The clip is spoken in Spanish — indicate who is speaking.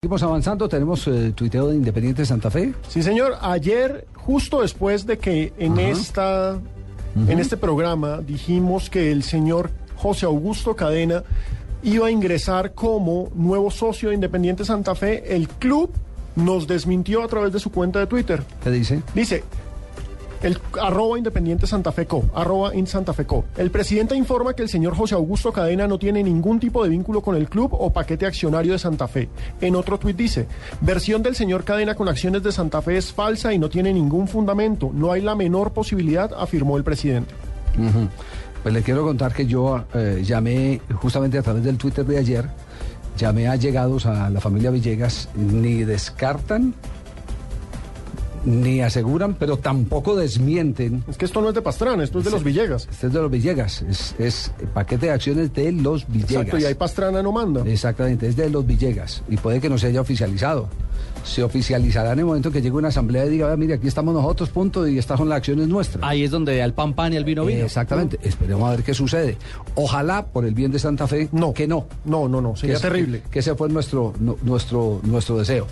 Speaker 1: Seguimos avanzando, tenemos eh, tuiteo de Independiente Santa Fe.
Speaker 2: Sí, señor. Ayer, justo después de que en esta en este programa dijimos que el señor José Augusto Cadena iba a ingresar como nuevo socio de Independiente Santa Fe, el club nos desmintió a través de su cuenta de Twitter.
Speaker 1: ¿Qué dice?
Speaker 2: Dice, el arroba independiente Santa Fe Co, arroba in Santa Fe Co. El presidente informa que el señor José Augusto Cadena no tiene ningún tipo de vínculo con el club o paquete accionario de Santa Fe. En otro tuit dice, versión del señor Cadena con acciones de Santa Fe es falsa y no tiene ningún fundamento. No hay la menor posibilidad, afirmó el presidente.
Speaker 1: Pues le quiero contar que yo eh, llamé justamente a través del Twitter de ayer, llamé a llegados a la familia Villegas, ni descartan, ni aseguran, pero tampoco desmienten.
Speaker 2: Es que esto no es de Pastrana, esto es de los Villegas.
Speaker 1: Este es de los Villegas, es, es paquete de acciones de los Villegas.
Speaker 2: Exacto, y ahí Pastrana no manda.
Speaker 1: Eh, Exactamente, es de los Villegas y puede que no se haya oficializado. Se oficializará en el momento que llegue una asamblea y diga, "Vea, mire, aquí estamos nosotros, punto, y estas son las acciones nuestras.
Speaker 3: Ahí es donde al pan pan y al vino vino.
Speaker 1: Exactamente, esperemos a ver qué sucede. Ojalá por el bien de Santa Fe,
Speaker 2: No.
Speaker 1: que no.
Speaker 2: No, no, no, sería
Speaker 1: Que-
Speaker 2: terrible.
Speaker 1: Que ese fue nuestro, nu- nuestro, nuestro deseo.